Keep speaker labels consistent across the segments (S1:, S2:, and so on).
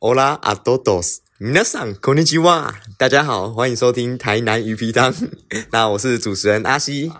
S1: Hola a todos，皆さんこんにちは。大家好，欢迎收听台南鱼皮汤。 那我是主持人阿西，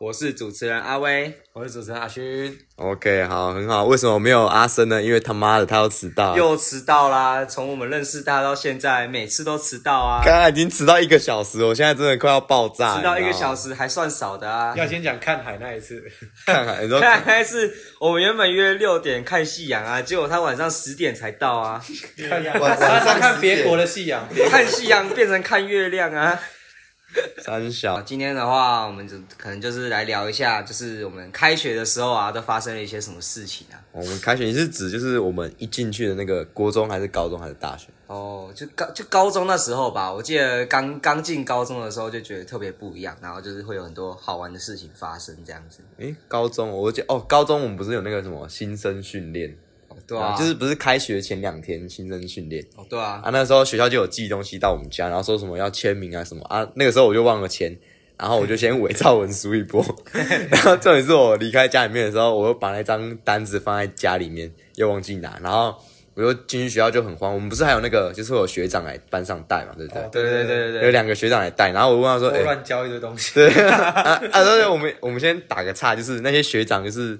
S2: 我是主持人阿威，
S3: 我是主持人阿勋，
S1: OK，好，很好。为什么没有阿生呢？因为他妈的他要迟到，
S2: 又迟到啦！从我们认识他到现在，每次都迟到啊，
S1: 刚刚已经迟到一个小时，我现在真的快要爆炸。
S3: 啊
S2: 迟到一个小
S1: 时，
S2: 时还算少的啊。
S3: 要先讲看海那一次，
S1: 看看你 说
S2: 看来是我们原本约六点看夕阳啊，结果他晚上十点才到 啊。
S3: 看
S1: 晚
S3: 他在看别国的夕阳，
S2: 看夕阳变成看月亮啊。
S1: 三
S2: 好
S1: 小，哦
S2: 今天的话，我们就可能就是来聊一下，就是我们开学的时候啊，都发生了一些什么事情啊。
S1: 我们开学你是指就是我们一进去的那个国中还是高中还是大学？
S2: 哦，就高就高中那时候吧，我记得刚刚进高中的时候就觉得特别不一样，然后就是会有很多好玩的事情发生这样子。
S1: 诶，高中我记哦，高中我们不是有那个什么新生训练，
S2: 对啊，
S1: 就是不是开学前两天新生训练
S2: 哦，对啊，
S1: 啊？那时候学校就有寄东西到我们家，然后说什么要签名啊什么啊，那个时候我就忘了签。然后我就先伪造文书一 波，然后重点是我离开家里面的时候，我又把那张单子放在家里面，又忘记拿，然后我又进去学校就很慌。我们不是还有那个，就是会有学长来班上带嘛，对不对？
S3: 哦
S2: 对对对对
S1: 有
S2: 对，
S1: 两个学长来带，然后我问他说：“
S3: 我
S1: 哎、
S3: 乱教一堆东西，
S1: 对啊啊，对对，我们我们先打个岔，就是那些学长就是。”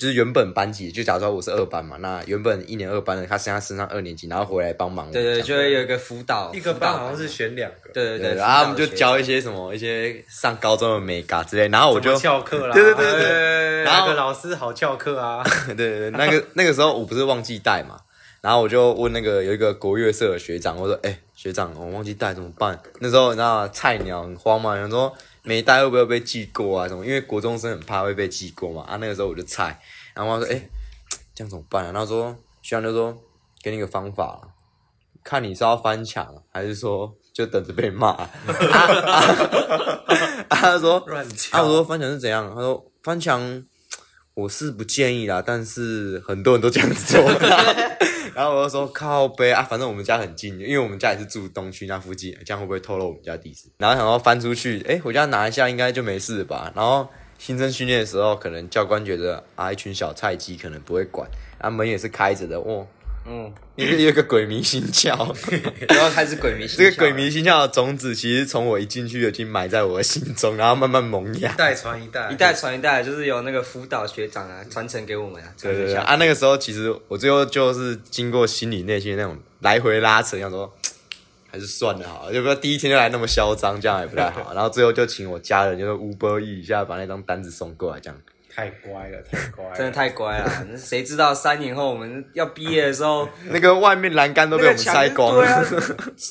S1: 就是原本班级，就假如说我是二班嘛，那原本一年二班的，他升他升上二年级，然后回来帮忙我。
S2: 对对，
S1: 这样
S2: 对就会有一个辅导，
S3: 一个班好像
S2: 辅
S3: 是选两个，
S2: 导，对对
S1: 对
S2: 对，
S1: 然后我们就
S2: 呃辅导学
S1: 教一些什么一些上高中的美嘎之类，然后我
S3: 怎
S1: 就
S3: 么翘课啦，哎
S1: 对对对对对
S3: 对
S1: 然后
S3: 哪个老师好翘课啊？
S1: 对 对，对，那个那个时候我不是忘记带嘛，然后我就问那个有一个国乐社的学长，我说：“哎、学长，我忘记带怎么办？”那时候你知道菜鸟很慌嘛，想说没带会不会被记过啊什么？因为国中生很怕会被记过嘛。啊，那个时候我就菜，然后他说：“哎、这样怎么办、啊？”然后说学长就说：“给你个方法啦，看你是要翻墙还是说就等着被骂。啊”啊啊他说
S3: 乱
S1: 啊，我
S3: 教，
S1: 说翻墙是怎样？他说翻墙我是不建议啦，但是很多人都这样子做。然后我就说靠背啊，反正我们家很近，因为我们家也是住东区那附近，啊这样会不会透露我们家地址？然后想要翻出去，哎，回家拿一下应该就没事了吧？然后新生训练的时候，可能教官觉得啊，一群小菜鸡可能不会管，啊门也是开着的，哦，
S2: 嗯，
S1: 因为有个鬼迷心 窍。
S2: 然后开始鬼迷心窍
S1: 这
S2: 啊
S1: 个鬼迷心窍的种子，其实从我一进去就已经埋在我的心中，然后慢慢萌芽
S3: 一。代传一代，
S2: 一代传一代，就是由那个辅导学长啊传承给我们啊，
S1: 对对
S2: 传承
S1: 对
S2: 下来
S1: 啊！那个时候其实我最后就是经过心理内心的那种来回拉扯，想说还是算了好了，要不要第一天就来那么嚣张，这样也不太好。然后最后就请我家人就是 Uber E 一下把那张单子送过来，这样。
S3: 太乖了，太乖了，
S2: 真的太乖了。那谁知道三年后我们要毕业的 时候，
S1: 那个外面栏杆都
S2: 那
S1: 被我
S2: 个
S1: 们
S2: 墙
S1: 拆光
S2: 对啊
S1: 了，，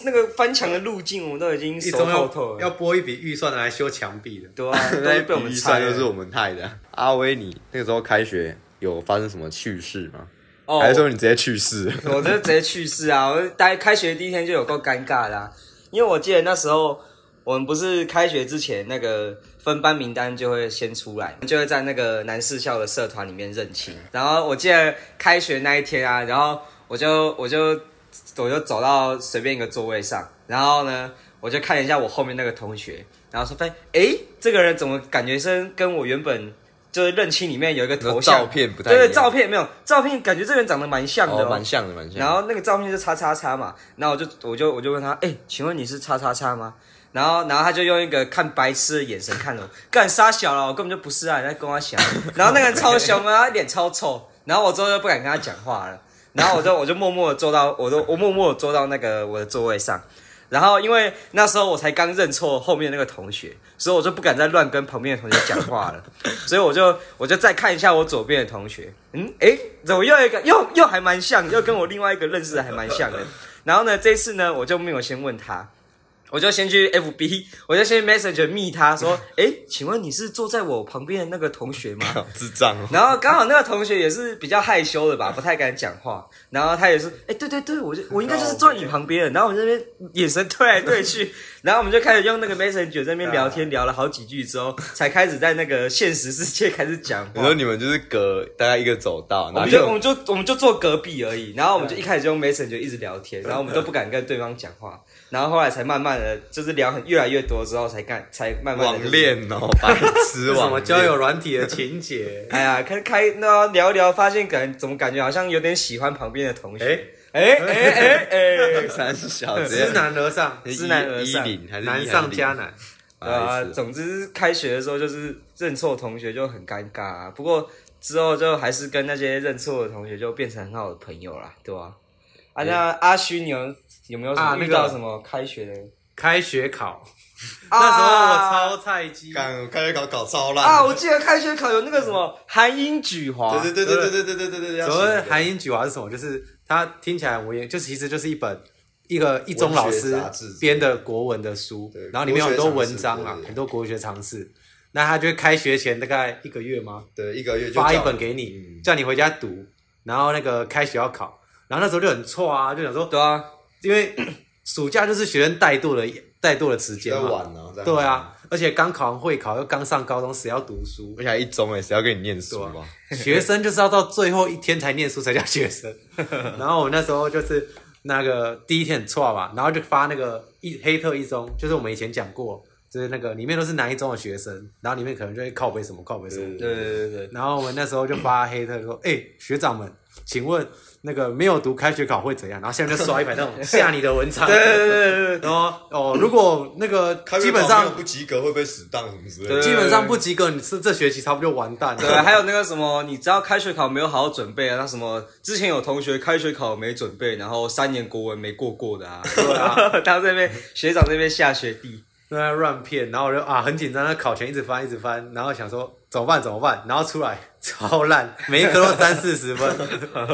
S2: 那个翻墙的路径我们都已经
S3: 一
S2: 熟
S3: 中
S2: 透透
S3: 要
S2: 了，
S3: 要拨一笔预算来修墙壁的，
S2: 对啊，都是 被我们
S1: 预
S2: 拆
S1: 算
S2: 了
S1: 都是我们害的。阿威，你那个时候开学有发生什么趣事吗？
S2: 哦
S1: 还是说你直接去世？
S2: 我就直接去世啊！我大开学第一天就有够尴尬的、啊，因为我记得那时候我们不是开学之前那个分班名单就会先出来，就会在那个南市校的社团里面认亲。然后我记得开学那一天啊，然后我就我就我就走到随便一个座位上，然后呢，我就看了一下我后面那个同学，然后说：“哎、诶，这个人怎么感觉是跟我原本就是认亲里面有一个头像
S1: 照片不太一
S2: 对
S1: 样
S2: 对，照片没有照片，感觉这个人长得蛮像的、
S1: 哦，蛮像的，蛮像的。
S2: 然后那个照片就叉叉叉嘛，然后我就我就我就问他，哎、请问你是叉叉叉吗？然后然后他就用一个看白痴的眼神看我，干傻小了，我根本就不是啊，你在跟我想。然后那个人超凶啊，他脸超臭，然后我之后就不敢跟他讲话了。然后我就我就默默的坐到，我都我默默的坐到那个我的座位上。然后因为那时候我才刚认错后面那个同学，所以我就不敢再乱跟旁边的同学讲话了。所以我就我就再看一下我左边的同学，嗯，诶，怎么又有一个又又还蛮像，又跟我另外一个认识的还蛮像的。然后呢，这次呢，我就没有先问他，我就先去 FB，我就先 Messenger 密他说，诶，请问你是坐在我旁边的那个同学吗？
S1: 好智障哦！
S2: 然后刚好那个同学也是比较害羞的吧，不太敢讲话。然后他也是，哎、对对对，我就我应该就是坐你旁边的。然后我们这边眼神对来对去，然后我们就开始用那个 Messenger 在那边聊天，聊了好几句之后，才开始在那个现实世界开始讲
S1: 你
S2: 话
S1: 说。你们就是隔大概一个走道，
S2: 我
S1: 然后
S2: 们就我们就我们就坐隔壁而已，然后我们就一开始就用 Messenger 一直聊天，然后我们都不敢跟对方讲话，然后后来才慢慢的就是聊很越来越多之后才干才慢慢地就是？
S1: 网恋哦，白痴
S3: 这是什
S1: 网
S3: 么
S1: 恋。
S3: 交友软体的情节
S2: 哎呀，开开那聊一聊，发现感怎么感觉好像有点喜欢旁边的同学，
S3: 哎
S2: 哎哎哎哎，
S1: 三小啊直
S3: 知
S1: 接
S3: 难而上，
S1: 一
S2: 知难而上
S1: 一零还是
S3: 难
S1: 一
S3: 上加，难。
S2: 对啊
S1: 白，痴
S2: 总之开学的时候就是认错同学就很尴尬啊。不过之后就还是跟那些认错的同学就变成很好的朋友啦，对吧、啊？那阿虚，你有有没有什么
S3: 啊那
S2: 遇
S3: 个
S2: 到什么开学的？
S3: 开学考
S2: 那
S3: 那时候我超菜鸡，
S1: 干，我开学考考超烂
S2: 啊，我记得开学考有那个什么含音举华，
S1: 对对对对对对对对对对，
S3: 所谓
S1: 要写
S3: 韩英举华是什么？就是它听起来很文言，就其实就是一本一个一中老
S1: 文学
S3: 师
S1: 杂志
S3: 编的国文的书
S1: 对，
S3: 然后里面有很多文章
S1: 国学常
S3: 啊
S1: 识对，对
S3: 很多国学常识。那他就会开学前大概一个月吗？
S1: 对一个月就嗯
S3: 发一
S1: 交
S3: 本给你，叫你回家读，然后那个开学要考，然后那时候就很错啊，就想说，
S2: 对啊，
S3: 因为 暑假就是学生怠惰的怠惰的时间
S1: 在
S3: 嘛，
S1: 玩呢，在玩
S3: 对，啊，而且刚考完会考又刚上高中，谁要读书？
S1: 而且还一中哎，谁要跟你念书啊？
S3: 学生就是要到最后一天才念书才叫学生。 然后我们那时候就是那个第一天很错嘛，然后就发那个一黑特一中，就是我们以前讲过，就是那个里面都是南一中的学生，然后里面可能就会靠背什么靠背什么。
S2: 对对对对，
S3: 然后我们那时候就发黑特说：“哎、学长们，请问那个没有读开学考会怎样？”然后下面就刷一排那种吓你的文章。对对对对然后哦，如果那个
S1: 开学
S3: 基本
S1: 考没有
S3: 上
S1: 不及格会不会死当什么之类
S2: 对
S1: 的？
S3: 基本上不及格，你是这学期差不多就完蛋了。
S2: 对，还有那个什么，你知道开学考没有好好准备啊？那什么，之前有同学开学考没准备，然后三年国文没过过的啊，对啊，他这边学长这边下学弟，
S3: 在那乱骗，然后我就啊很紧张，那考前一直翻一直翻，然后想说怎么办怎么办，然后出来 超烂，每一科都三四十 分，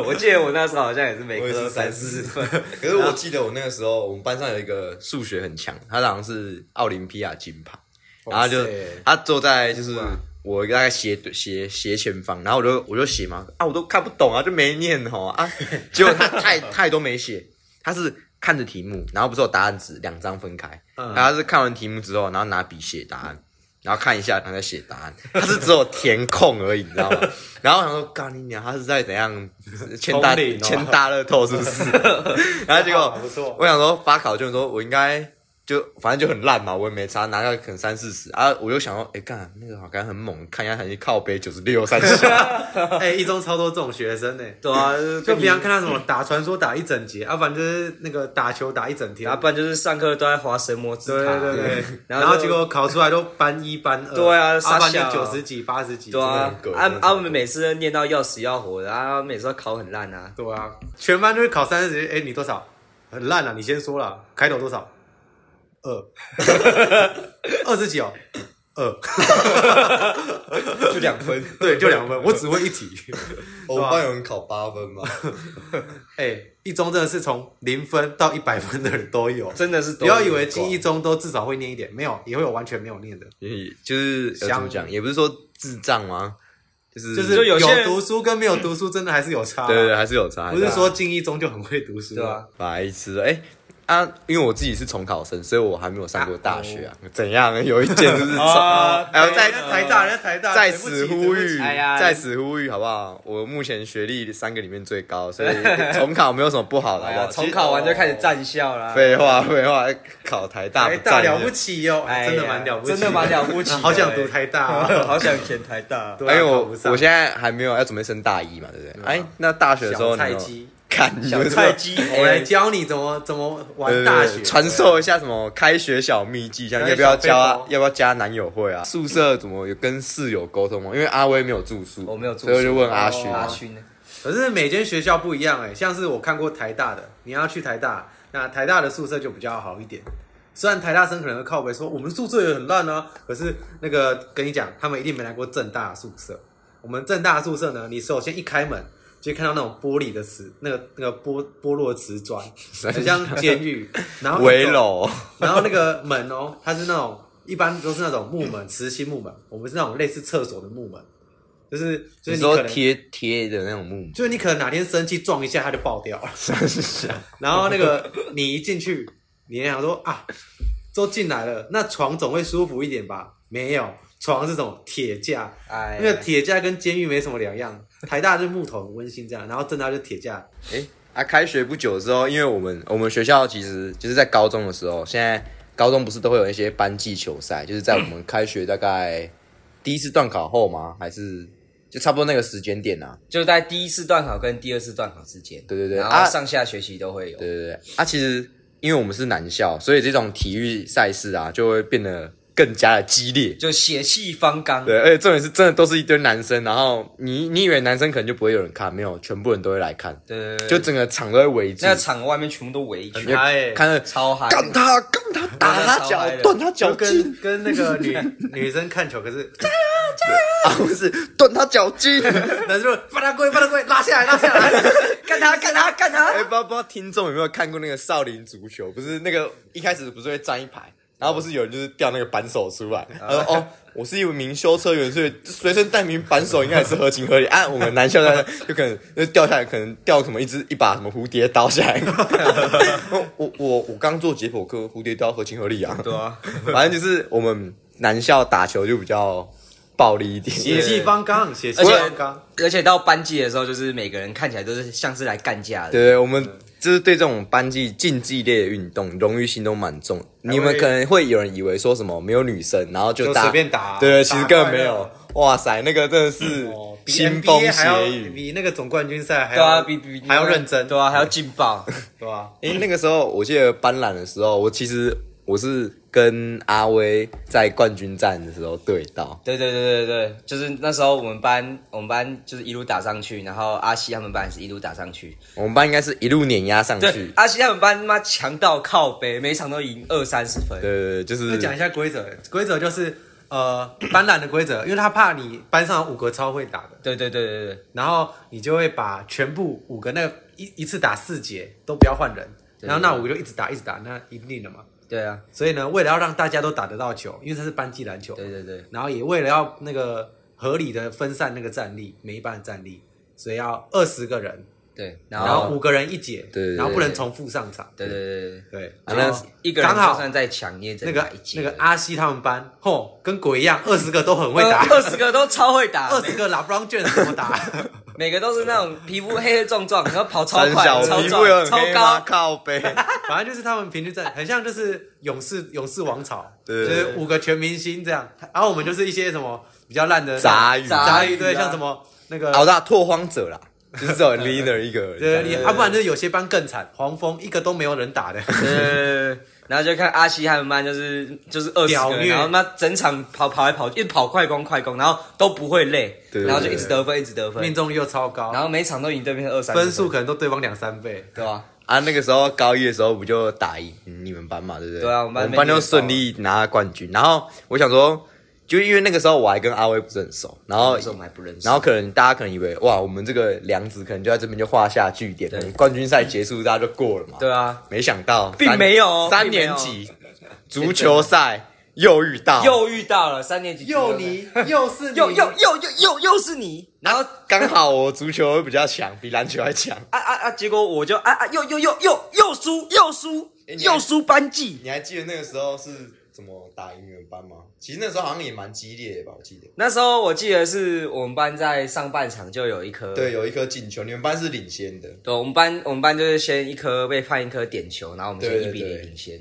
S2: 我记得我那时候好像也是每科
S1: 我也
S2: 都
S1: 是
S2: 三四分，
S1: 可是我记得我那个时候，我们班上有一个数学很强，他好像是奥林匹亚金牌，然后
S3: 哇
S1: 就
S3: 塞
S1: 他坐在就是我大概斜对斜斜前方，然后我就我就写嘛，啊我都看不懂啊，就没念吼啊， 结果他 太太都没写，他是看着题目，然后不是有答案纸两张分开，
S3: 嗯
S1: 然后他是看完题目之后，然后拿笔写答案。然后看一下，然后再写答案。他是只有填空而已，你知 道吗？然后我想说，干你娘，他是在怎样欠大
S3: 通灵哦
S1: 欠大乐透是不 是？然后结果
S3: 还好不错
S1: 我想说发考卷的时候，我应该就反正就很烂嘛，我也没差，拿个可能三四十啊，我就想说，哎干那个好像很猛，看一下成绩靠背九十六 三十，
S3: 哎、一中超多这种学生呢、
S2: 对啊，
S3: 就
S2: 就
S3: 平常看他什么打传说打一整节，啊，反正就是那个打球打一整 天
S2: 然，后啊不然就是上课都在划神魔之
S3: 对
S2: 塔，
S3: 对对对，
S2: 啊 然
S3: 然
S2: 后
S3: 后结果考出来都班一班二，
S2: 对啊傻
S3: 啊，班就
S2: 小
S3: 九十几八十几，
S2: 对啊
S1: 真的很狗，真
S2: 啊
S1: 的很狗
S2: 啊，我们每次都念到要死要活的，啊，每次都考很烂啊，
S3: 对啊，全班就是考三十，哎，你多少？很烂啊，你先说了，开头多少？二， 二十几哦，二，
S2: 就两分，
S3: 对，就两分，我只会一题。
S1: 我们班有人考八分嘛，
S3: 哎，一中真的是从零分到一百分的人都有，
S2: 真的是
S3: 不
S2: 多
S3: 要以为进一中都至少会念一点，没有，也会有完全没有念的，
S1: 就是就是呃怎么讲，也不是说智障吗？就是
S3: 就是
S2: 就有
S3: 有
S2: 些人
S3: 读书跟没有读书真的还是有差。
S1: 对对对，还是有差，
S3: 不是说进一中就很会读书，
S2: 对啊，
S1: 白痴哎。啊，因为我自己是重考生，所以我还没有上过大学
S3: 哦
S1: 啊。怎样？有一件就是重，
S2: 啊
S1: 还有在
S3: 人家哎台大，人家台大，
S1: 在
S3: 对不起
S1: 此呼吁，
S2: 哎呀
S1: 在此呼吁，好不好？我目前学历三个里面最高，所以 重考没有什么不好的，好
S2: 哎
S1: 不好
S2: 呀，重考完就开始站校啦，
S1: 废话，废话，考台大
S3: 台
S1: 不
S3: 哦哎大
S1: 占
S3: 了不起哟、
S2: 哎呀
S3: 真的蛮了不起，
S2: 真的蛮了不起的 哎
S3: 好想读台 大、啊，
S2: 好想填台大，
S3: 对
S1: 哎，
S3: 啊
S1: 因为我
S3: 考不上啊
S1: 我现在还没有要准备升大一嘛，对不对？哎，那大学的时候
S3: 小
S1: 你有
S3: 菜 鸡。
S1: 看
S2: 小菜 鸡，
S3: 我
S1: 哎
S3: 来教你怎么怎么玩大学，
S1: 传授一下什么开学小秘籍，像
S3: 对
S1: 要不要
S3: 小背包
S1: 加要不要加男友会啊？宿舍怎么有跟室友沟通吗？因为阿威没有住宿，
S2: 我没有住宿，
S1: 所以我就问阿勋
S2: 哦
S1: 啊，
S2: 阿勋呢？
S3: 可是每间学校不一样哎、像是我看过台大的，你要去台大，那台大的宿舍就比较好一点。虽然台大生可能会靠北说我们宿舍也很烂啊，可是那个跟你讲，他们一定没来过正大的宿舍。我们正大的宿舍呢，你首先一开门就看到那种玻璃的瓷，那个那个剥剥落的瓷 砖，很像监狱，然后一走
S1: 围楼，
S3: 然后那个门哦，它是那种一般都是那种木门，磁吸木门，我们是那种类似厕所的木门，就是就
S1: 你
S3: 是你可
S1: 说
S3: 能
S1: 贴贴的那种木
S3: 就是你可能哪天生气撞一下它就 爆掉了，
S1: 马，
S3: 然后那个你一进去，你想说啊，都进来了，那床总会舒服一点吧？没有，床是这种铁架，
S2: 哎，
S3: 那个铁架跟监狱没什么两样，台大是木头很温馨这样，然后正大就铁架，
S1: 哎、啊，开学不久之后，因为我们我们学校其实就是在高中的时候，现在高中不是都会有一些班级球赛，就是在我们开学大概第一次段考后吗？还是就差不多那个时间点啊。
S2: 就是在第一次段考跟第二次段考之间。
S1: 对对对
S2: 然
S1: 啊
S2: 后上下学期都会有。
S1: 对对对，啊，其实因为我们是男校，所以这种体育赛事啊，就会变得更加的激烈。
S2: 就血气方刚，
S1: 对，而且重点是真的都是一堆男生，然后你你以为男生可能就不会有人看，没有，全部人都会来看，
S2: 对对对，
S1: 就整个场都会围住
S2: 那，个场外面全部都围一圈，
S1: 因为
S3: 哎
S1: 看着
S2: 超嗨，
S1: 干他，干他，打他
S2: 超嗨
S1: 脚，
S2: 的
S1: 断他脚
S3: 就
S1: 筋
S3: 跟，跟那个 女女生看球，可是
S1: 啊， 不是哎断他脚筋。
S3: 男生就把他跪，把他跪，拉下来，拉下来。
S2: 干他，干他，干
S1: 哎、不
S2: 他！
S1: 知道不知道听众有没有看过那个少林足球？不是那个一开始不是会站一排，然后不是有人就是掉那个扳手出来，他说哦，我是一名修车员，所以随身带名扳手应该也是合情合理。按、我们男校在就可能就掉下来，可能掉什么一只一把什么蝴蝶刀下 来。我我我我刚做解剖课，蝴蝶刀合情合理啊。
S2: 对 啊，
S1: 反正就是我们男校打球就比较暴力一点，
S3: 血气方刚，血气
S2: 而且
S3: 方刚，
S2: 而且到班级的时候，就是每个人看起来都是像是来干架的，
S1: 对对，我们就是对这种班级竞技类的运动，荣誉心都蛮重。你们可能会有人以为说什么没有女生，然后就
S3: 就
S1: 打
S3: 随便打
S1: 对对，
S3: 打
S1: 其实根本
S3: 快乐
S1: 没有。哇塞，那个真的是
S3: 哦比
S1: 腥风
S3: NBA 还要
S1: 血雨。
S3: 比那个总冠军赛还
S2: 对啊，
S3: 要
S2: 比比
S3: 还要认真，
S2: 对啊，还要劲爆，
S3: 对吧？
S1: 因为那个时候我记得班篮的时候，我其实我是跟阿威在冠军战的时候对到。
S2: 对对对对对，就是那时候我们班我们班就是一路打上去，然后阿西他们班也是一路打上去，
S1: 我们班应该是一路碾压上去，
S2: 对，阿西他们班他妈强到靠背，每一场都赢二三十分，
S1: 对对对，就是
S3: 那讲一下规则，规则就是呃班篮的规则，因为他怕你班上有五个超会打的，
S2: 对对对对对
S3: 然后你就会把全部五个那个一一次打四节都不要换人，然后那五个就一直打一直打，那赢定了嘛。
S2: 对啊，
S3: 所以呢，为了要让大家都打得到球，因为它是班级篮球，
S2: 对对对，
S3: 然后也为了要那个合理的分散那个战力，每一班的战力，所以要二十个人，
S2: 对，然
S3: 然后
S2: 后
S3: 五个人一节，
S1: 对对对
S3: 然后不能重复上场，
S2: 对对对对。
S3: 对，
S1: 啊
S3: 然
S1: 那
S3: 后
S2: 一个人
S3: 刚
S2: 就
S3: 好
S2: 算再强，你也只
S3: 那
S2: 能
S3: 个
S2: 打一节
S3: 那
S2: 而已
S3: 个阿西他们班，吼，跟鬼一样，二十个都很会打，
S2: 二十个都超会打，
S3: 二十个拉布朗卷怎么打？
S2: 每个都是那种皮肤黑黑壮壮，然后跑超
S1: 三
S2: 快、
S1: 小
S2: 超
S1: 皮肤有
S2: 壮、
S1: 很
S2: 超
S1: 黑吗？
S2: 高。
S1: 靠背，
S3: 反正就是他们平均战，很像就是勇士勇士王朝，
S1: 对
S3: 就是五个全明星这样。然后我们就是一些什么比较烂的
S1: 杂鱼
S3: 杂鱼
S2: 杂
S3: 对，
S2: 鱼啊
S3: 像什么那 个
S1: 老大拓荒者啦，就是只 有 leader 一个而已。
S3: 对
S1: 这
S3: 对对，
S1: 样
S3: 啊，不然就是有些班更惨，黄蜂一个都没有人打的，
S2: 呃， 然后就看阿西他们班就是就是二十
S3: 屌
S2: 个人，
S3: 虐
S2: 然后那整场跑跑来跑去，一直跑快攻快攻，然后都不会累，
S1: 对对
S2: 然后就一直得分一直得
S3: 命
S2: 分，
S3: 中率又超高，
S2: 然后每场都赢对面二三十
S3: 分数可能都对方两三倍。
S2: 对吧？
S1: 啊，那个时候高一的时候不就打赢你们班嘛，对不对？
S2: 对啊
S1: 我
S2: 我们班
S1: 们班就顺利拿了冠军。然后我想说，就因为那个时候我还跟阿威不是很熟，然后
S3: 哦
S2: 那时候我们还不认识
S1: 然后可能大家可能以为哇，我们这个梁子可能就在这边就画下句点，
S2: 对
S1: 可能冠军赛结束大家就过了嘛。
S2: 对啊，
S1: 没想到
S2: 并
S1: 三
S2: 没有哦
S1: 三
S2: 并没有
S1: 年级足球赛又遇到，
S2: 又遇到了三年级
S3: 又 你又是你
S2: 又又又又又又是你，然后
S1: 刚好我足球会比较强，比篮球还强。
S2: 啊啊啊，结果我就啊啊又又又又又输又输
S1: 哎你还
S2: 又输班级。
S1: 你还记得那个时候是怎么打赢你们班吗？其实那时候好像也蛮激烈的吧，我记得。
S2: 那时候我记得是我们班在上半场就有一颗，
S1: 对，有一颗进球，你们班是领先的。
S2: 对，我们班我们班就是先一颗被判一颗点球，然后我们先
S1: 对
S2: 一
S1: 对
S2: 比
S1: 对
S2: 零领先，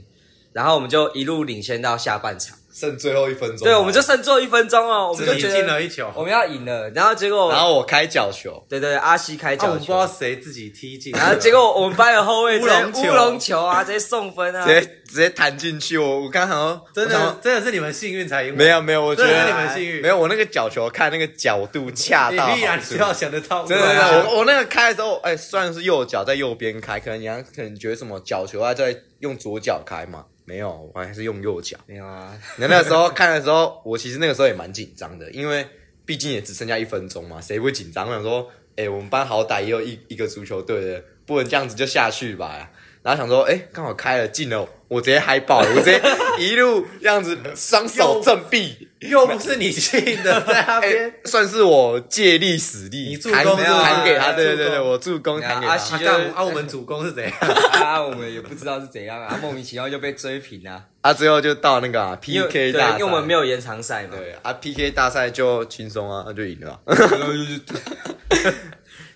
S2: 然后我们就一路领先到下半场。
S1: 剩最后一分钟，
S2: 对，我们就剩最后一分钟哦，我们
S3: 自
S2: 就
S3: 己
S2: 觉
S3: 进了
S2: 得
S3: 一球，
S2: 我
S3: 啊，
S2: 们要赢了，然后结果，
S1: 然后我开角球，
S2: 对对对，阿西开
S3: 啊我
S2: 角
S3: 们不知
S2: 球
S3: 道，谁自己踢进，
S2: 然后结果我们班的后卫
S3: 乌龙
S2: 直接
S3: 球
S2: 乌龙球啊，直接送分啊
S1: 直，接直接弹进去。我我刚想说，
S3: 真
S1: 我想
S3: 的
S1: 说
S3: 真的是你们幸运才赢，
S1: 没有没有，我觉
S3: 真的是你
S1: 得
S3: 们
S2: 啊
S3: 幸运，
S1: 没有我那个角球看那个角度恰
S3: 你
S1: 到好
S3: 必然
S1: 处
S3: 是。要想得到，
S1: 真的真
S3: 对啊
S1: 的，我我那个开的时候，哎、虽然是右脚在右边开，可能你还可能觉得什么角球啊，在用左脚开嘛，没有，我还是用右脚。
S2: 没有啊，
S1: 那那个时候看的时候，我其实那个时候也蛮紧张的，因为毕竟也只剩下一分钟嘛，谁不会紧张？我想说，哎、我们班好歹也有一一个足球队的，不能这样子就下去吧。然后想说，哎、刚好开了进了，我直接嗨爆了，我直接一路这样子双手正臂，
S3: 又不是你进 的，在那
S1: 哎、
S3: 边。
S1: 算是我借力使力，
S3: 你助
S1: 弹
S3: 攻
S1: 给
S3: 是吧
S1: 弹给他，
S3: 你助
S1: 对
S3: 攻
S1: 对对，我助攻弹给他
S2: 阿西
S3: 啊，干啊，我们主攻是怎样？
S2: 啊，我们也不知道是怎样啊，莫名其妙就被追平啊，
S1: 啊，最后就到那个、啊、
S2: 因为
S1: PK
S2: 对，
S1: 大
S2: 因
S1: 赛，
S2: 为我们没有延长赛嘛，
S1: 对啊 PK 大赛就轻松啊，那就赢了啊。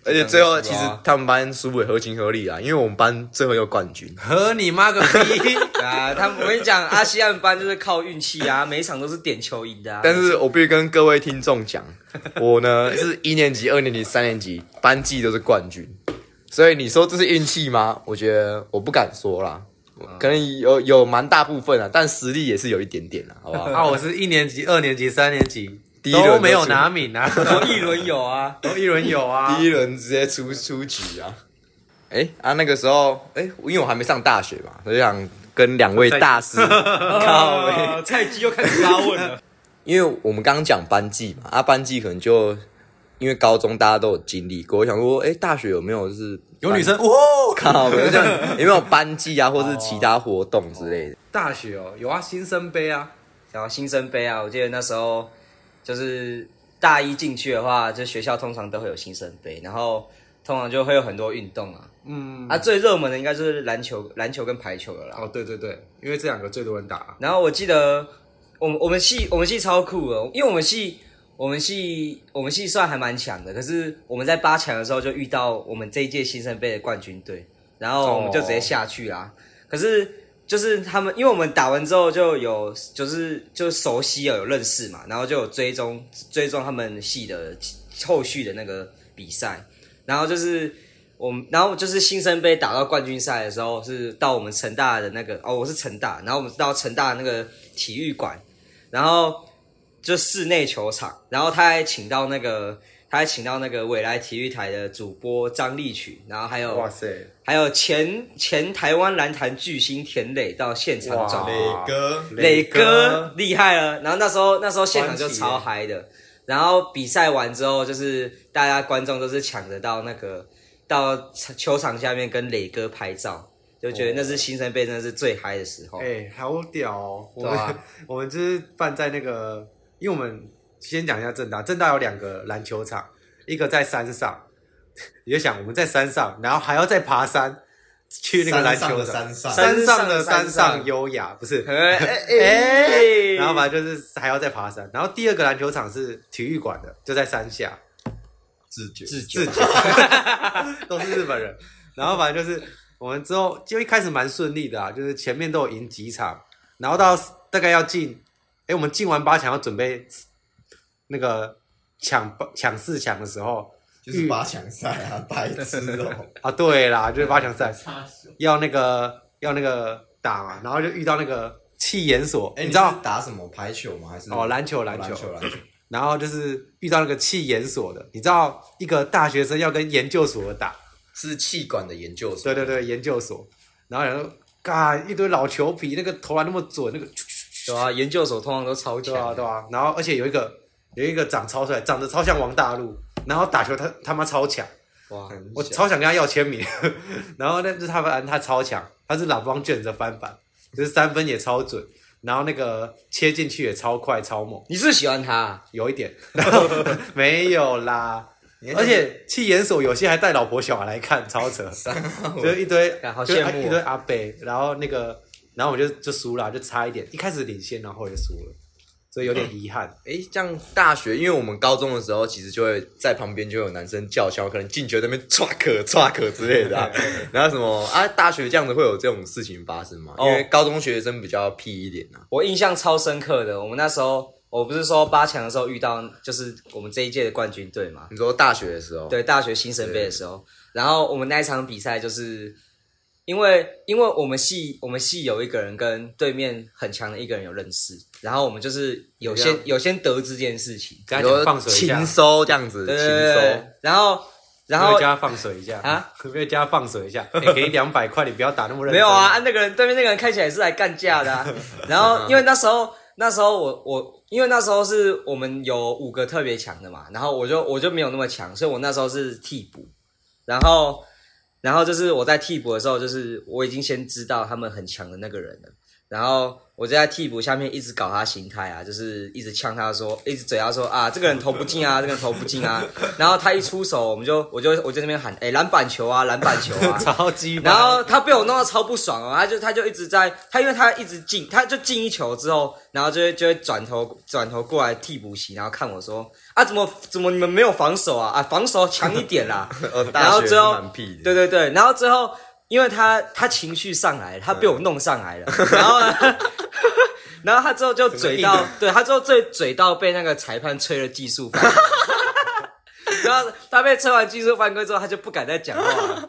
S1: 而且最后
S3: 当然输
S1: 其
S3: 啊
S1: 实他们班输也合情合理啊啦，因为我们班最后有冠 军。
S3: 和你妈个逼！
S2: 啊，他们我跟你讲，阿西安班就是靠运气啊，每一场都是点球赢的、啊。
S1: 但是我必须跟各位听众讲，我 呢是一年级、二年级、三年级班级都是冠军，所以你说这是运气吗？我觉得我不敢说啦，
S3: 啊
S1: 可能有有蛮大部分啊，但实力也是有一点点啦，好不好？
S3: 啊，我是一年级、二年级、三年级
S1: 第一轮都
S3: 都没有拿名啊，
S2: 然后一轮有啊，
S3: 都一轮有啊。
S1: 第一轮直接出出局啊！哎、啊，那个时候哎、因为我还没上大学嘛，所以想跟两位大 师靠北
S2: 啊蔡姬又开始发问 了。
S1: 因为我们刚刚讲班级嘛，啊，班级可能就因为高中大家都有经历过，我想说，哎、大学有没有就是
S3: 有女生哦，
S1: 靠，没有像有没有班级啊，或是其他活动之类的？
S3: 大学哦，有啊，新生杯啊，
S2: 然后新生杯啊，我记得那时候就是大一进去的话，就学校通常都会有新生杯，然后通常就会有很多运动啊。嗯，啊，最热门的应该就是篮球、篮球跟排球了啦。
S3: 哦，对对对，因为这两个最多人打啊、
S2: 然后我记得我们我们系我们系超酷的，因为我们系我们系我们系算还蛮强的，可是我们在八强的时候就遇到我们这一届新生杯的冠军队，然后我们就直接下去啦。可是就是他们，因为我们打完之后就有就是就熟悉了有认识嘛，然后就有追踪追踪他们系的后续的那个比赛，然后就是。我们然后就是新生杯打到冠军赛的时候，是到我们成大的那个哦，我是成大，然后我们到成大的那个体育馆，然后就室内球场，然后他还请到那个他还请到那个未来体育台的主播张立群，然后还有
S3: 哇塞，
S2: 还有前前台湾篮坛巨星田磊到现场转播，
S3: 哇
S1: 哥
S2: 磊哥厉害了。然后那时候那时候现场就
S3: 欢喜
S2: 超嗨的。然后比赛完之后，就是大家观众都是抢着到那个到球场下面跟磊哥拍照，就觉得那是新生杯真的是最嗨的时候。
S3: 哎、好屌哦！我
S2: 对
S3: 们、
S2: 啊
S3: 我们就是办在那个，因为我们先讲一下正大，正大有两个篮球场，一个在山上，你就想我们在山上，然后还要再爬山去那个篮球场，
S1: 上
S2: 山
S3: 山上的
S2: 上
S3: 山
S2: 的山
S3: 上
S2: 上
S3: 优雅不是？
S2: 哎哎哎
S3: 然后反正就是还要再爬山，然后第二个篮球场是体育馆的，就在山下，
S1: 自觉
S3: 自己 都是日本人。然后反正就是我们之后就一开始蛮顺利的啊，就是前面都有赢几场，然后到大概要进，哎，我们进完八强要准备那个抢八抢四强的时候就是八
S1: 强赛啊，白痴哦、
S3: 啊，对啦，就是八强赛
S4: 插手，
S3: 要那个要那个打嘛，然后就遇到那个气研所，你知道
S1: 打什么排球吗？还是
S3: 哦，篮球篮球，
S1: 篮球，
S3: 然后就是遇到那个气研所的，你知道一个大学生要跟研究所的打。
S1: 是气管的研究所。
S3: 对对对，研究所，然后然后嘎一堆老球皮，那个投篮那么准，那个
S2: 对啊，研究所通常都超
S3: 对啊
S2: 强。
S3: 对啊，然后而且有一个有一个长超帅，长得超像王大陆，然后打球他他妈超强，
S2: 哇，
S3: 我超想跟他要签名， 然后那就是他反正他超强，他是老帮卷着翻版，就是三分也超准，然后那个切进去也超快超猛，
S2: 你是不是喜欢他啊？
S3: 有 一点，然后没有啦。
S1: 你看
S3: 而且去研所有些还带老婆小孩来看，超扯。就一堆，
S2: 啊好
S3: 就
S2: 羡慕哦
S3: 一堆阿北，然后那个，然后我就就输了，就差一点，一开始领先，然后也输了，所以有点遗
S2: 嗯
S3: 憾。
S1: 哎、这样大学，因为我们高中的时候，其实就会在旁边就有男生叫嚣，可能进球在那边抓可抓可之类的、 啊，然后什么啊，大学这样子会有这种事情发生吗？
S2: 哦
S1: 因为高中学生比较屁一点啊，
S2: 我印象超深刻的，我们那时候我不是说八强的时候遇到就是我们这一届的冠军队嘛，
S1: 你说大学的时候，
S2: 对，大学新生杯的时候，然后我们那一场比赛就是因为因为我们系我们系有一个人跟对面很强的一个人有认识，然后我们就是有
S3: 怎
S2: 先
S3: 样
S2: 有先得知这件事情，
S3: 跟
S1: 你
S3: 他
S1: 说
S3: 讲放水一下
S1: 情，收这样子，
S2: 对
S1: 情
S2: 对对对
S1: 收，
S2: 然后然
S3: 有没有
S2: 后
S3: 叫他放水一下
S2: 啊，
S3: 可不可以叫他放水一下？哎给你两百块，你不要打那么认真。。
S2: 没有啊，啊，那个人对面那个人看起来也是来干架的、啊。然后因为那时候那时候我我因为那时候是我们有五个特别强的嘛，然后我就我就没有那么强，所以我那时候是替补。然后然后就是我在替补的时候，就是我已经先知道他们很强的那个人了。然后我就在替补下面一直搞他心态啊，就是一直呛他说，一直嘴他说啊，这个人投不进啊，这个人投不进啊。然后他一出手，我们就我就我就在那边喊，哎、篮板球啊，篮板球啊
S3: 超级
S2: 然后他被我弄到超不爽哦，他就他就一直在他，因为他一直进，他就进一球之后，然后就会就会转头转头过来替补席，然后看我说啊，怎么怎么你们没有防守啊啊，防守强一点啦。
S1: 哦，
S2: 然
S1: 大
S2: 后
S1: 学
S2: 最后
S1: 蛮屁的，
S2: 对对对，然后最后因为他他情绪上来了，他被
S1: 嗯
S2: 我弄上来了，然后呢， 然后他之后就嘴
S3: 硬
S2: 到
S3: 的，
S2: 对他之后最嘴到被那个裁判吹了技术犯规， 然后他被吹完技术犯规之后，他就不敢再讲话了。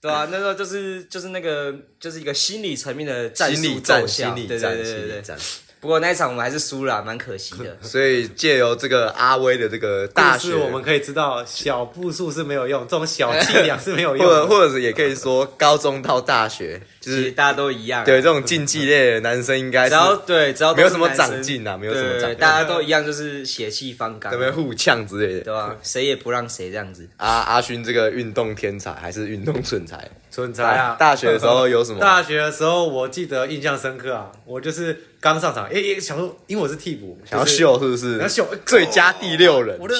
S2: 对啊，那时候就是就是那个就是一个心理层面的战
S1: 心理
S2: 术奏
S1: 战，
S2: 效，
S1: 心
S2: 对
S1: 理
S2: 对
S1: 战，
S2: 对对
S1: 心理
S2: 对。
S1: 战。
S2: 不过那一场我们还是输了啊，蛮可惜的。
S1: 所以借由这个阿威的这个大
S3: 大
S1: 学，
S3: 是我们可以知道小步数是没有用，这种小伎俩是没有
S1: 或
S3: 用
S1: 者
S3: 的。
S1: 或者是也可以说高中到大学，就
S2: 其实
S1: 是
S2: 大家都一样啊，
S1: 对这种竞技类的男生应该是
S2: 只要对，只要都
S1: 没有
S2: 是
S1: 什么
S2: 男
S1: 长
S2: 生
S1: 进啊没有什么
S2: 对对
S1: 长
S2: 对
S1: 进
S2: 大家都一样，就是血气方刚
S1: 有没有
S2: 啊，
S1: 互呛之类的。
S2: 对吧？谁也不让谁这样子。
S1: 阿阿勋这个运动天才还是运动蠢材？
S3: 蠢材啊！
S1: 大学的时候有什么
S3: 大学的时候我记得印象深刻啊，我就是刚上场，诶、诶，想说，因为我是替补，
S1: 想要
S3: 就是
S1: 秀是不是？
S3: 想要秀哎
S1: 最佳第六人
S3: 我，的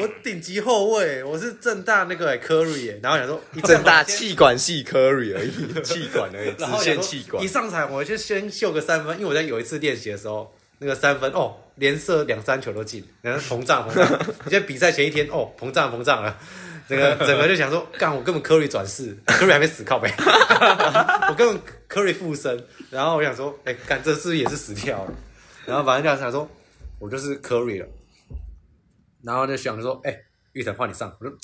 S3: 我顶级后卫，我是正大那个、欸、科瑞耶，然后想说一
S1: 正大
S3: 气。
S1: 气管系 Curry 而 已，气管而已，
S3: 然后
S1: 直线气管
S3: 一。上场我就先秀个三分，因为我在有一次练习的时候，那个三分哦，连射两三球都进，然后膨胀膨胀。 你在比赛前一天哦，膨胀膨胀了，整个整个就想说，干我根本科瑞转世，科瑞还没死靠背， 我根本科瑞附身。然后我想说，哎、干这是不是也是死掉了？然后反正就想说，我就是科瑞了。然后就想着说，哎、玉成换你上，我就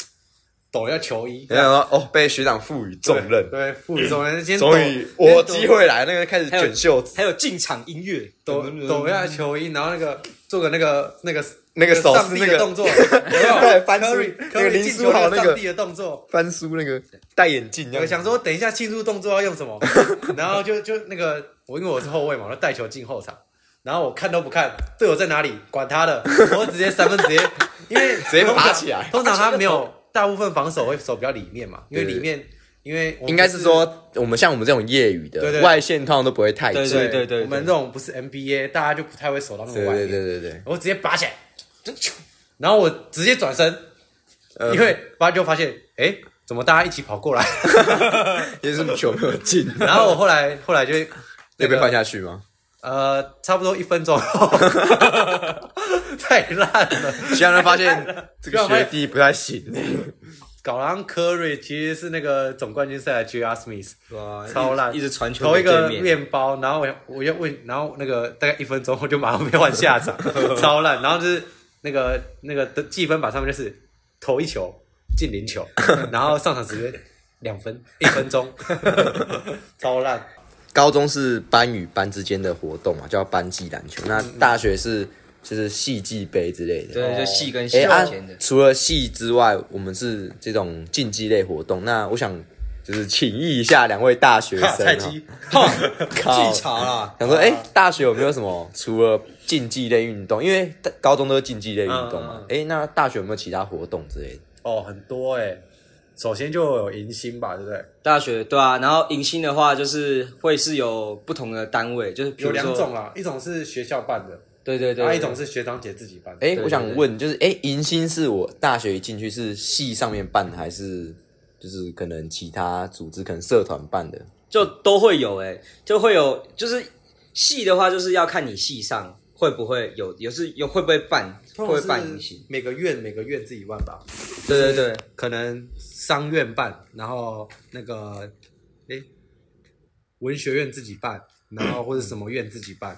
S3: 抖一下球衣。
S1: 然后说哦，被学长赋予重任，
S3: 对，副 重任，先抖
S1: 终于我机会来，那个开始卷袖子，
S2: 还有进场音乐，
S3: 抖抖一下球衣，然后那个做个那个那个
S1: 那个手
S3: 上
S1: 势
S3: 帝
S1: 那
S3: 的
S1: 个
S3: 动作，对
S1: 对翻书
S3: 科
S1: 那个
S3: 瑞
S1: 林
S3: 进
S1: 书
S3: 球
S1: 豪那
S3: 那上
S1: 个
S3: 帝的动作。
S1: 翻书那个戴眼镜，
S3: 我想说，等一下庆祝动作要用什么， 然后就就那个我因为我是后卫嘛，我就带球进后场，然后我看都不看队友在哪里，管他的，我直接三分直接，因为
S1: 直接
S3: 通常
S1: 拔起来
S3: 通常他没有，大部分防守会守比较里面嘛，因为
S1: 对
S3: 里面因为我们
S1: 应该
S3: 不
S1: 是说我们像我们这种业余
S3: 对
S1: 的
S3: 对
S1: 外线，通常都不会太近。
S2: 对对对
S3: 我们这种不是 NBA，大家就不太会守到那么
S1: 对
S3: 外
S1: 对
S3: 面。
S1: 对对对，
S3: 我直接拔起来，然后我直接转身，
S2: 嗯
S1: 呃
S3: 因为发就发现，哎、怎么大家一起跑过来？
S1: 也是球没有进，
S3: 然后我后来后来就
S1: 要被换
S3: 现，
S1: 下去吗？
S3: 呃，差不多一分钟后， 太烂了，
S1: 其他人发 现这个学弟不太行，
S3: 啊搞狼科瑞其实是那个总冠军赛的 J.R. Smith，
S2: 哇
S3: 超烂，
S2: 一直传球
S3: 投一
S2: 给
S3: 个
S2: 对面
S3: 面包，然后我我就问，然后那个大概一分钟我就马上被换下 场，超烂。然后就是那个那个的计分板上面就是投一球进零 球，然后上场时间两分一分钟，超烂。
S1: 高中是班与班之间的活动嘛，叫班级篮球。那大学是就是系际杯之类的。
S2: 嗯对，就戏跟戏
S1: 哎、
S2: 之
S1: 啊
S2: 间的，。
S1: 除了戏之外，我们是这种竞技类活动。那我想就是请益一下两位大学
S3: 哈
S1: 生、
S3: 菜
S1: 哦
S3: 鸡，
S1: 靠
S2: 剧场啦，
S1: 想说，哎、大学有没有什么 除了竞技类运动？因为大高中都是竞技类运动嘛
S3: 嗯嗯。
S1: 哎、那大学有没有其他活动之类的？
S3: 哦，很多哎、首先就有迎新吧，对不对？
S2: 大学对啊，然后迎新的话就是会是有不同的单位，就是比
S3: 有
S2: 如
S3: 两
S2: 说，
S3: 种啦，一种是学校办的，
S2: 对对
S3: 然后
S2: 对，
S3: 一种是学长姐自己办的。
S1: 哎、
S2: 对
S1: 我想问，就是哎，迎、新是我大学一进去是系上面办的，还是就是可能其他组织可能社团办的？
S2: 就都会有哎、就会有就是戏的话，就是要看你戏上会不会有，有是有会不会办，会不会办迎新，
S3: 每个院每个院自己办吧。
S2: 对对对，
S3: 可能商院办，然后那个诶文学院自己办，然后或者什么院自己
S2: 嗯
S3: 办。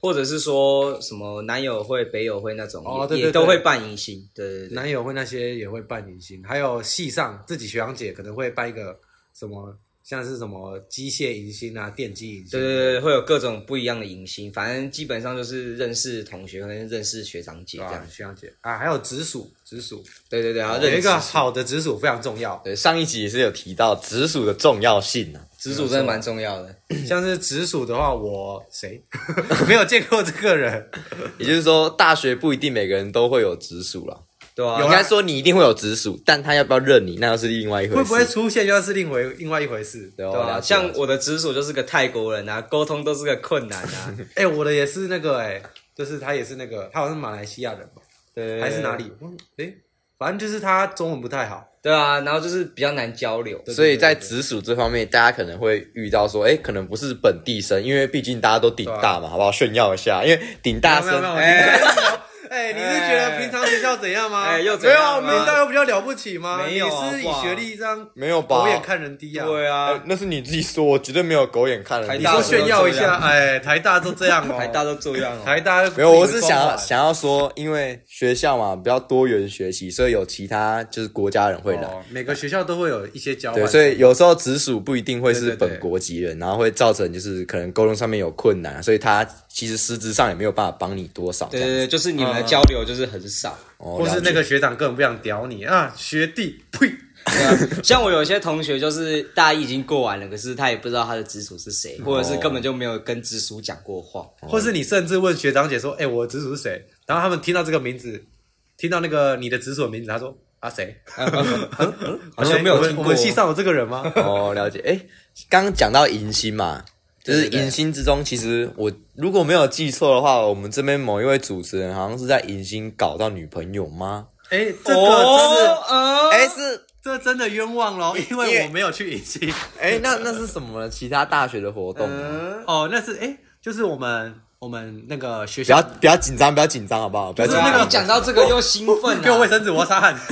S2: 或者是说什么南友会、北友会那种，
S3: 哦
S2: 也
S3: 对对
S2: 也都
S3: 对
S2: 会办迎新，对对对，
S3: 男友会那些也会办迎新，还有系上自己学长姐可能会办一个什么，像是什么机械迎新啊、电机迎新。
S2: 对对对，会有各种不一样的迎新，反正基本上就是认识同学跟认识学长姐这
S3: 对
S2: 样
S3: 啊，。学长姐啊，还有直属，直属
S2: 对对对，然后
S3: 有
S2: 啊认
S3: 一
S2: 识
S3: 个好的直属非常重要，
S1: 对，上一集也是有提到直属的重要性啊。
S2: 直属真的蛮重要的。
S3: 像是直属的话，我谁 没有见过这个人，
S1: 也就是说，大学不一定每个人都会有直属啦。
S2: 对啊
S3: 有
S1: 应
S3: 啊，
S1: 该说你一定会有直属，但他要不要认你，那又是另外一回事。
S3: 会不会出现又是另回另外一回事。
S1: 对
S2: 对
S1: 哦
S2: 啊，
S1: 了解
S2: 像我的直属就是个泰国人啊，沟通都是个困难啊。
S3: 哎、我的也是那个哎、就是他也是那个，他好像是马来西亚人吧，
S2: 对，
S3: 还是哪？里？嗯，哎、反正就是他中文不太好。
S2: 对啊，然后就是比较难交流。
S1: 所以在直属这方面，大家可能会遇到说，哎、可能不是本地生，因为毕竟大家都顶大嘛，好不好？炫耀一下，因为顶大
S3: 啊没有没有
S1: 生，
S3: 没有
S2: 哎
S3: 哎、你是觉得平常学校怎样吗？
S2: 哎又
S3: 没
S2: 怎
S3: 有，
S2: 样
S3: 你
S2: 吗
S3: 大又比较了不起吗？
S2: 没有
S3: 你是以
S2: 好不好
S3: 学历这样
S1: 没有吧
S3: 狗？眼看人低啊。
S2: 对
S1: 哎
S2: 啊，
S1: 那是你自己说，我绝对没有狗眼看人。
S2: 台
S1: 你
S3: 你
S2: 大
S3: 说
S1: 说
S3: 炫耀一下，哎，台大都这样哦，
S2: 台大都这样哦。
S3: 台大
S1: 没有，我是想要想要说，因为学校嘛比较多元学习，所以有其他就是国家人会来。
S3: 哦，每个学校都会有一些交换，
S1: 对，所以有时候直属不一定会是
S3: 对对对
S1: 本国籍人，然后会造成就是可能沟通上面有困难，所以他其实实质上也没有办法帮你多少。
S2: 对
S1: 这
S2: 对
S1: 样子
S2: 对，就是你们的交流就是很少。
S1: 哦
S3: 或
S1: 了
S3: 是
S1: 解
S3: 那个学长根本不想屌你啊，学弟，呸，
S2: 对啊，像我有些同学就是大一已经过完了，可是他也不知道他的直属是谁，或者是根本就没有跟直属讲过话。
S3: 或是你甚至问学长姐说，哎，我的直属是谁？然后他们听到这个名字，听到那个你的直属的名字，他说 啊谁？
S2: 嗯
S3: 嗯
S2: 好像没有
S3: 哎我们
S2: 听过
S3: 我们系上有这个人 吗？
S1: 哦，了解。哎、刚刚讲到迎新嘛，就是迎新之中，其实我如果没有记错的话，我们这边某一位主持人好像是在迎新搞到女朋友吗？
S3: 哎，这个
S2: 哦，呃
S1: 哎、是
S3: 真的这真的冤枉喽，因
S1: 因
S3: 为
S1: 为
S3: 我没有去迎新。
S1: 哎、那那是什么？其他大学的活动吗？
S2: 嗯
S3: 哦，那是哎，就是我们我们那个学
S1: 不要
S3: 校
S1: 不要紧张，不要紧张，好不好？不要紧
S2: 对
S1: 张。
S2: 啊，你讲到这个又兴奋啊
S3: 给我卫
S2: 了。
S3: 生纸，我要擦汗。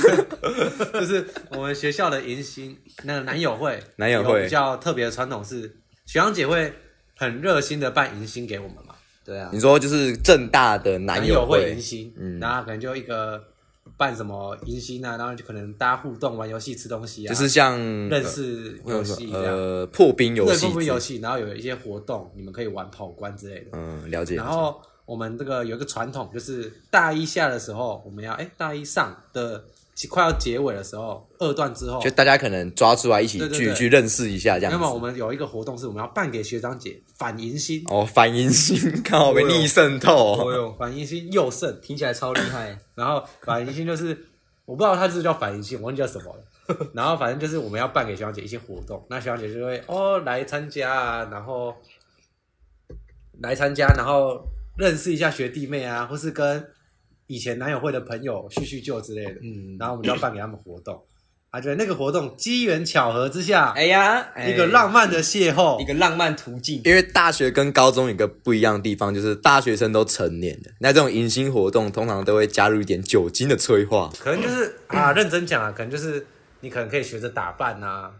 S3: 就是我们学校的迎新，那个男友会，
S1: 男友会
S3: 有比较特别的传统是，学长姐会很热心的办迎新给我们嘛，
S2: 对啊，
S1: 你说就是正大的男
S3: 男
S1: 友
S3: 友
S1: 会嗯
S3: 会迎新，然后可能就一个办什么迎新啊，然后就可能大家互动、玩游戏、吃东西啊，
S1: 就是像
S3: 认识
S1: 呃
S3: 游戏这样，
S1: 呃破冰游
S3: 对，
S1: 戏
S3: 公
S1: 之，
S3: 游戏，然后有一些活动，你们可以玩跑关之类的。
S1: 嗯，了解。
S3: 然后我们这个有一个传统，就是大一下的时候，我们要哎大一上的快要结尾的时候，二段之后
S1: 就大家可能抓出来一起
S3: 对对
S1: 聚
S3: 对
S1: 去认识一下这样
S3: 那
S1: 子。
S3: 么我们有一个活动是我们要办给学长姐反迎新，
S1: 哦，反迎新，看我被逆渗透哦。
S3: 哟，反迎新又胜，
S2: 听起来超厉害。
S3: 然后反迎新就是我不知道它是不是叫反迎新，我忘记叫什么了。 然后反正就是我们要办给学长姐一些活动，那学长姐就会哦来参加啊，然后来参加，然后认识一下学弟妹啊，或是跟以前男友会的朋友叙叙旧之类的。嗯，然后我们就要办给他们活动，啊，对，那个活动机缘巧合之下，
S2: 哎呀，哎
S3: 一个浪漫的邂逅，
S2: 一个浪漫途径。
S1: 因为大学跟高中有个不一样的地方，就是大学生都成年了，那这种迎新活动通常都会加入一点酒精的催化。
S3: 可能就是 啊，认真讲啊，可能就是你可能可以学着打扮啊，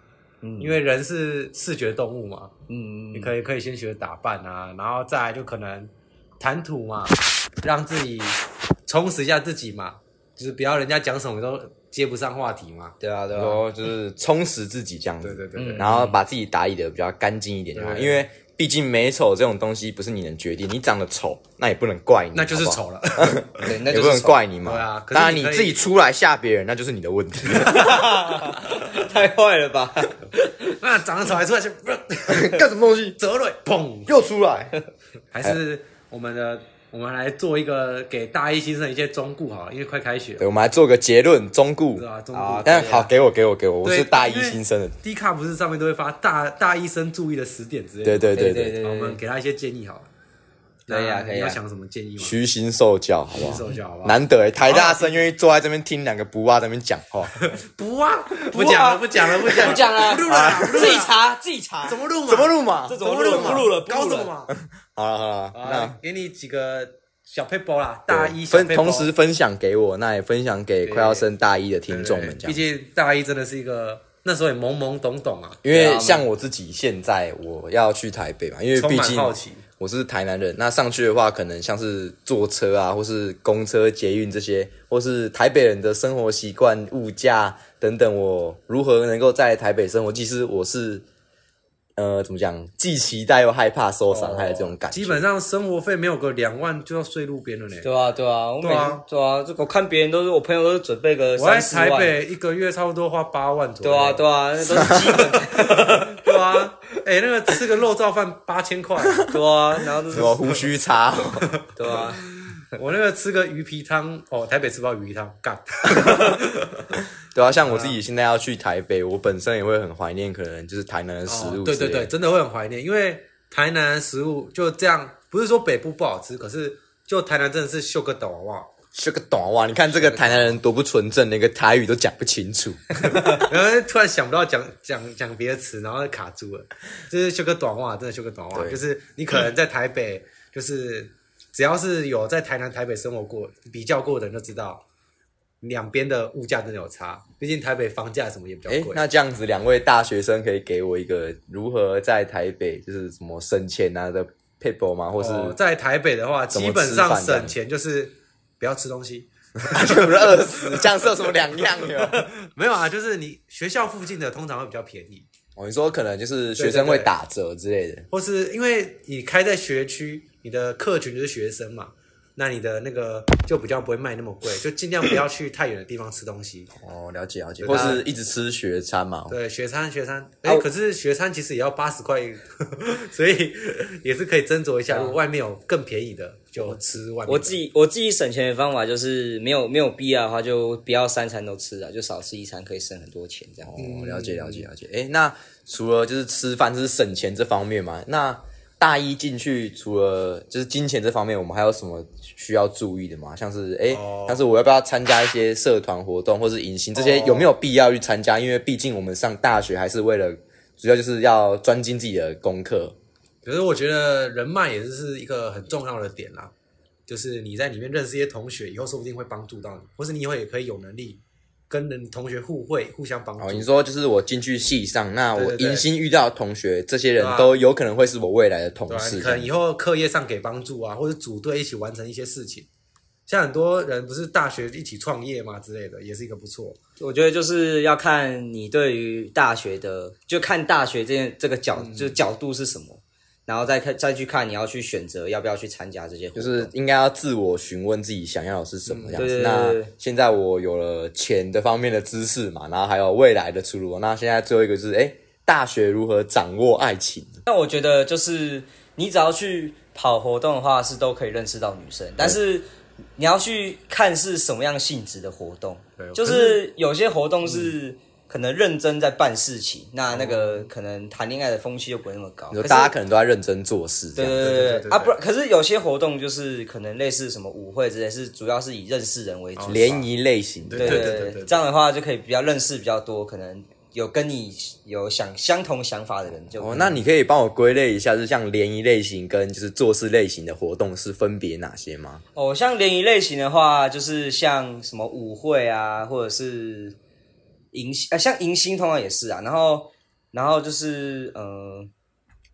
S1: 嗯
S3: 因为人是视觉动物嘛，
S2: 嗯，
S3: 你可以可以先学着打扮啊，然后再来就可能谈吐嘛，让自己充实一下自己嘛，就是不要人家讲什么都接不上话题嘛。
S2: 对啊，对啊。
S1: 后哦就是充实自己这样子，
S3: 对对对对
S1: 然后把自己打理的比较干净一点就好，
S3: 对对
S1: 因为毕竟美丑这种东西不是你能决定，你长得丑那也不能怪你，
S3: 那就是
S1: 好不好，
S3: 丑了，
S2: 对，那
S1: 也
S2: 就
S1: 不
S2: 是
S1: 能怪你嘛。
S3: 对啊可是
S1: 当然
S3: 你
S1: 你
S3: 可以
S1: 自己出来吓别人，那就是你的问题。
S2: 丑 太坏了吧？
S3: 那长得丑还出来就
S1: 干什么东西？
S3: 折蕊，砰！
S1: 又出来？
S3: 还是我们的，我们来做一个给大一新生一些忠告好了，因为快开学了，
S1: 对，我们来做个结论，中固
S3: 是啊中固
S1: 啊，但
S3: 可以啊
S1: 好，给我，给我，给我，我
S3: 对
S1: 是大一新生的，。
S3: D 卡不是上面都会发大大一生注意的十点之类的。
S1: 对对 对
S2: 对
S1: 对，
S3: 好我们给他一些建议好了。
S2: 嗯可以啊可
S3: 那
S2: 以啊
S3: 你要想什么建议吗？
S1: 虚心受教，好不好？
S3: 手脚好不好？啊
S1: 难得欸台大生愿意坐在这边听两个不啊在那边讲话，
S3: 不啊，不讲了，不讲了，不讲
S2: 不讲了，啊
S3: 不录了
S1: 啊
S3: 啦，不录
S2: 自己
S3: 了啦，
S2: 查，自己查。
S3: 怎么录嘛？
S1: 怎么录嘛？
S2: 这
S3: 怎
S2: 种
S3: 么录嘛？
S2: 不录了不录了
S3: 搞什么 嘛？
S1: 好了好了，
S3: 啊
S1: 那，
S3: 给你几个小 paper 啦，大一小
S1: 分
S3: paper
S1: 同时分享给我，那也分享给快要升大一的听众们，这
S3: 对毕
S1: 样。
S3: 竟大一真的是一个那时候也懵懵懂懂啊，
S1: 因为像我自己现在我要去台北嘛，因为
S3: 充
S1: 毕
S3: 满
S1: 竟
S3: 好奇。
S1: 我是台南人，那上去的话，可能像是坐车啊，或是公车、捷运这些，或是台北人的生活习惯、物价等等，我如何能够在台北生活？其实我是，呃，怎么讲，既期待又害怕受伤害的这种感觉。
S3: 哦基本上生活费没有个两万就要睡路边了呢。
S2: 对啊，对啊，我每
S3: 对啊
S2: 对啊，这我看别人都是，我朋友都是准备个
S3: 我在
S2: 三十
S3: 台
S2: 万。啊
S3: 北一个月差不多花八万左右。
S2: 对啊，对啊，那都是基本，对
S3: 啊，哎、那个吃个肉燥饭八千块，
S2: 对啊，然后就
S1: 什
S2: 是
S1: 么胡须叉，
S2: 对啊，
S3: 我那个吃个鱼皮汤，哦，台北吃不到鱼皮汤，干。
S1: 对啊，像我自己现在要去台北，我本身也会很怀念，可能就是台南的食物、
S3: 哦。对对对，，真的会很怀念，因为台南的食物就这样，不是说北部不好吃，可是就台南真的是秀个抖好不好？
S1: 这个懂哇！你看这个台南人多不纯正，连个台语都讲不清楚。
S3: 然后突然想不到讲讲讲别的词，然后卡住了，就是修个短袜，真的修个短袜，
S1: 对
S3: 就是你可能在台北，就是只要是有在台南、台北生活过、比较过的人就知道，两边的物价真的有差，毕竟台北房价什么也比较
S1: 哎、
S3: 贵。
S1: 那这样子，两位大学生可以给我一个如何在台北就是什么省钱啊的 p a p e 吗？或是、
S3: 哦、在台北的话，
S1: 怎么
S3: 基本上
S1: 吃饭的
S3: 省钱就是不要吃东西。
S1: 全部都饿死，这样是有什么两样的？
S3: 没有啊，就是你学校附近的通常会比较便宜，
S1: 哦，你说可能就是学生会打折之类的，
S3: 或是因为你开在学区，你的客群就是学生嘛，那你的那个就比较不会卖那么贵，就尽量不要去太远的地方吃 东西。
S1: 哦，了解了解，
S3: 对
S1: 或
S3: 啊
S1: 是一直吃学餐嘛。
S3: 对，学餐学餐，哎、
S1: 啊我
S3: 可是学餐其实也要八十块， 所以也是可以斟酌一下，
S1: 啊
S3: 如果外面有更便宜的，就吃外面的。
S2: 我自己我自己省钱的方法就是没有没有必要的话，就不要三餐都吃啊，就少吃一餐可以省很多钱这样。
S1: 哦，了
S3: 嗯
S1: 解了解了解。哎、那除了就是吃饭就是省钱这方面嘛，那大一进去除了就是金钱这方面，我们还有什么需要注意的吗？像是哎、
S3: 哦
S1: 像是我要不要参加一些社团活动或是迎新这些，
S3: 哦
S1: 有没有必要去参加？因为毕竟我们上大学还是为了主要就是要专精自己的功课。
S3: 可是我觉得人脉也是一个很重要的点啦，就是你在里面认识一些同学，以后说不定会帮助到你，或是你以后也可以有能力跟人同学互惠，互相帮助。
S1: 哦，你说就是我进去系上，那
S3: 对
S1: 我
S3: 对对
S1: 迎新遇到的同学，这些人
S3: 对啊
S1: 都有可能会是我未来的同
S3: 对啊，你
S1: 事。
S3: 可能以后课业上给帮助啊，或者组队一起完成一些事情。像很多人不是大学一起创业嘛之类的，也是一个不错。
S2: 我觉得就是要看你对于大学的，就看大学这件这个角，
S1: 嗯
S2: 就角度是什么，然后再看再去看你要去选择要不要去参加这些活
S1: 就
S2: 动。
S1: 是应该要自我询问自己想要的是什么样子。
S2: 啊嗯对对对
S1: 那
S2: 对
S1: 现在我有了钱的方面的知识嘛，然后还有未来的出路。那现在最后一个就是，哎，大学如何掌握爱情？
S2: 那我觉得就是你只要去跑活动的话，是都可以认识到女生，但是你要去看是什么样性质的活动
S3: 对，
S2: 就是有些活动
S1: 嗯
S2: 是可能认真在办事情，那那个可能谈恋爱的风气就不会那么高。
S1: 哦你说
S2: 可是
S1: 大家可能都在认真做事，这
S2: 对
S1: 样子
S2: 对对
S3: 对
S2: 对
S3: 对
S2: 对
S3: 对
S2: 啊，不然，可是有些活动就是可能类似什么舞会之类，是主要是以认识人为主。
S1: 联谊类型的。
S3: 对
S2: 对
S3: 对对对
S2: 这样的话就可以比较认识比较多，可能有跟你有想相同想法的人就。
S1: 哦，那你可以帮我归类一下，就是像联谊类型跟就是做事类型的活动是分别哪些吗？
S2: 哦，像联谊类型的话，就是像什么舞会啊，或者是迎新啊，像迎新通常也是啊。然后，然后就是嗯、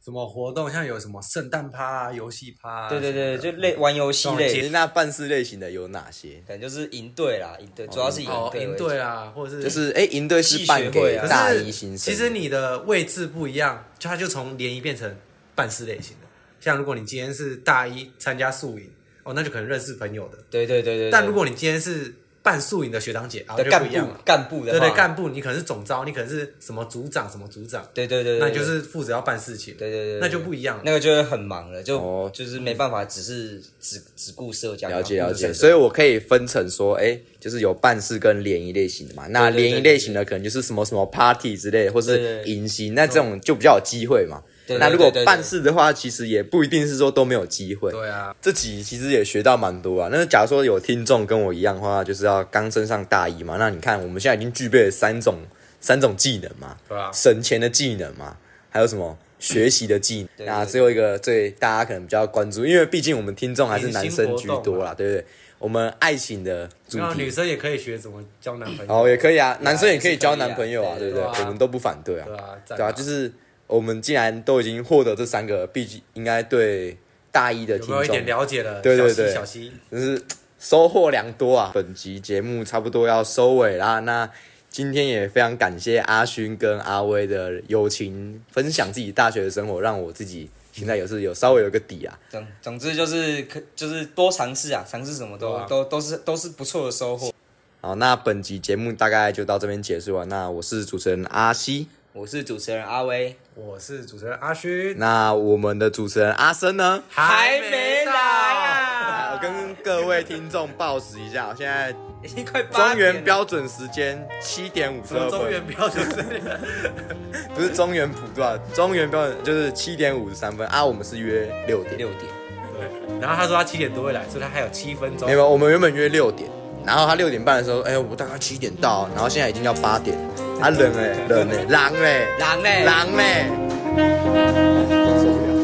S3: 什么活动，像有什么圣诞趴啊、游戏趴、啊，
S2: 对对对，
S3: 什
S2: 就
S3: 么的
S2: 类玩游戏
S3: 懂
S1: 其
S2: 类，
S1: 实那办事类型的有哪些？
S2: 可能就是营队啦，营队主要是营
S3: 哦，
S2: 队
S3: 营
S2: 为主。
S3: 队啊，或者是
S1: 就是哎，营队是办
S2: 系学会
S1: 给
S2: 啊
S1: 大
S3: 可
S1: 一
S3: 是
S1: 新生。
S3: 其实你的位置不一样，就它就从联谊变成办事类型的。像如果你今天是大一参加宿营，哦，那就可能认识朋友的。
S2: 对对对对对。
S3: 但如果你今天是办宿营的学长姐，啊，
S2: 的
S3: 就
S2: 干
S3: 不一样
S2: 部
S3: 了。
S2: 干部的
S3: 对对，
S2: 话
S3: 干部你可能是总招，你可能是什么组长什么组长，
S2: 对对对，对
S3: 那你就是负责要办事情，
S2: 对对对对
S3: 那就不一样了。
S2: 那个就会很忙了，就、
S1: 哦
S2: 就是没办法，只是只只顾社交。
S1: 了解
S2: 然后
S1: 了
S2: 顾着
S1: 解，所以我可以分成说，哎、就是有办事跟联谊类型的嘛。那
S2: 对对对
S1: 联谊类型的可能就是什么什么 party 之类的，或是
S2: 对对对
S1: 迎新，那这种就比较有机会嘛。
S2: 对对对
S1: 那如果
S2: 对对对
S1: 办事的话，其实也不一定是说都没有机会。
S3: 对啊，
S1: 这集其实也学到蛮多啊。那假如说有听众跟我一样的话，就是要刚升上大一嘛。那你看，我们现在已经具备了三种三种技能嘛，
S3: 对啊
S1: 省钱的技能嘛，还有什么学习的技能？
S2: 对
S1: 那
S2: 对
S1: 最后一个最大家可能比较关注，因为毕竟我们听众还是男生居
S3: 明星活
S1: 多
S3: 动啊
S1: 啦，对不对？我们爱情的主
S3: 然后女
S1: 题。
S3: 生也可以学怎么交男朋友，
S1: 哦，也可以啊，男生也可以
S2: 也是可以啊
S1: 交男朋友啊，
S2: 对
S1: 不对？
S3: 对啊
S1: 我们都不反对啊
S3: 对，啊，
S1: 对啊，就是我们既然都已经获得这三个，毕竟应该对大一的
S3: 有
S1: 听
S3: 没有一
S1: 众
S3: 点了解了？
S1: 对对对
S3: 小溪，小溪
S1: 真是收获良多啊！本集节目差不多要收尾啦，那今天也非常感谢阿勋跟阿威的友情分享自己大学的生活，让我自己现在也是有稍微有个底啊。
S2: 总总之就是可就是多尝试啊，尝试什么都、
S3: 对啊
S2: 都都是都是不错的收获。
S1: 啊好，那本集节目大概就到这边结束了。那我是主持人阿西，
S2: 我是主持人阿威，
S3: 我是主持人阿勋，
S1: 那我们的主持人阿生呢？
S2: 还没
S1: 来我
S2: 来啊，
S1: 跟各位听众报时一下，现在
S2: 已经快八
S1: 中
S2: 点了
S1: 原标准时间七点五十
S3: 什么
S1: 二
S3: 中
S1: 分，
S3: 原标准是？
S1: 不是中原普渡啊，中原标准就是七点五十三分啊，我们是约六点，
S2: 六点，
S3: 对，然后他说他七点多会来，所以他还有七分钟
S1: 没。有，我们原本约六点，然后他六点半的时候，哎、我大概七点到，然后现在已经要八点，欸
S2: 欸
S1: 他、啊、人哎、人哎、狼哎、
S2: 狼嘞
S1: 狼哎、受不了。